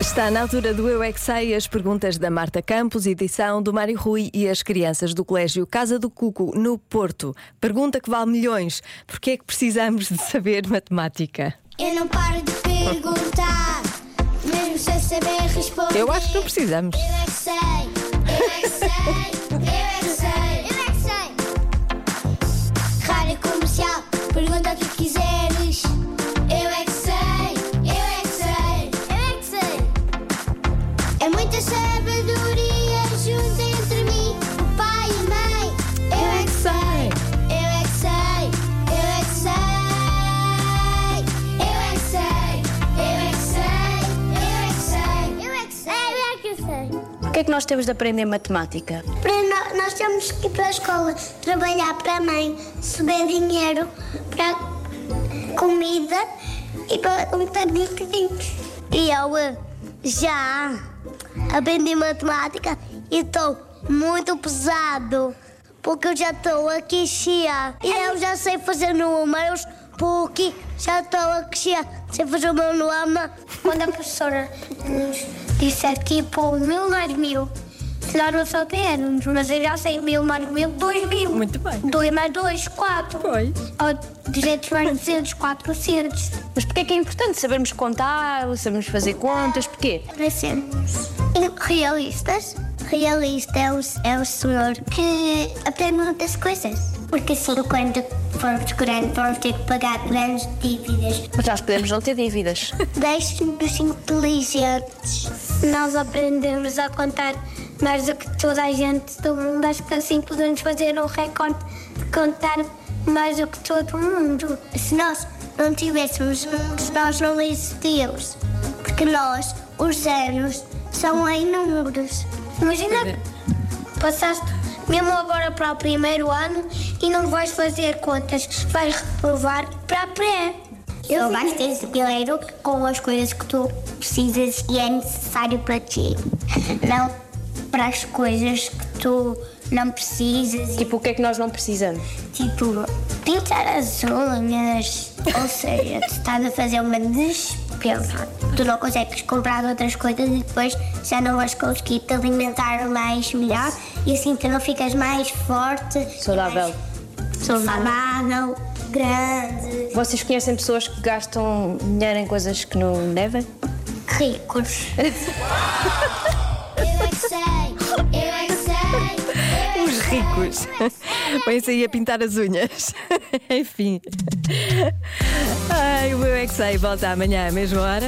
Está na altura do Eu é que Sei, as perguntas da Marta Campos, edição do Mário Rui e as crianças do Colégio Casa do Cuco, no Porto. Pergunta que vale milhões: porquê é que precisamos de saber matemática? Eu não paro de perguntar, mesmo sem saber responder. Eu acho que não precisamos. Eu é que sei, eu é que sei, eu é que sei, eu é que sei. Rádio comercial, pergunta o que quiseres. Eu é que sei, eu é que sei, eu é que sei. É muita sabedoria junto entre mim, o pai e a mãe. Eu é que sei. Eu é que sei, eu é que sei. Eu é que sei, eu é que sei, eu é que sei. Eu é que sei, eu é que sei. Porquê é que nós temos de aprender matemática? Para nó- nós temos que ir para a escola, trabalhar para a mãe, receber dinheiro para comida e para comprar brinquedinhos. E eu eh, já aprendi matemática e estou muito pesado, porque eu já estou a crescer. E eu já sei fazer números, porque já estou a crescer, sei fazer o meu nome. Quando a professora nos disser tipo mil, mais mil, Claro, eu só tenho, mas eu já sei mil mais mil, dois mil. Muito bem. Dois mais dois, quatro. Pois. Ou 300 mais 200, 400. Mas porquê é que é importante sabermos contar, sabermos fazer contas? Porquê? Para sermos realistas, realista é o, é o senhor que aprende muitas coisas. Porque assim, quando formos grandes, vamos ter que pagar grandes dívidas. Mas nós podemos não ter dívidas. Deixem-nos inteligentes. Nós aprendemos a contar mais do que toda a gente do mundo. Acho que assim podemos fazer um recorde de contar mais do que todo mundo. Se nós não tivéssemos números, nós não existíamos. Porque nós, os anos, são em números. Imagina que passaste mesmo agora para o primeiro ano e não vais fazer contas. Vais reprovar para a pré. Eu vais ter dinheiro com as coisas que tu precisas e é necessário para ti. Não para as coisas que tu não precisas. Tipo, o que é que nós não precisamos? Tipo, pintar as unhas. Ou seja, tu estás a fazer uma despesa. Tu não consegues comprar outras coisas e depois já não vais conseguir te alimentar mais melhor e assim tu não ficas mais forte. Saudável. mais Saudável, grande. Vocês conhecem pessoas que gastam dinheiro em coisas que não devem? Ricos. Eu é que sei, eu é que sei. Os ricos. Põe-se aí a pintar as unhas. Enfim. Ai, o meu é que sei. Volta amanhã à mesma hora.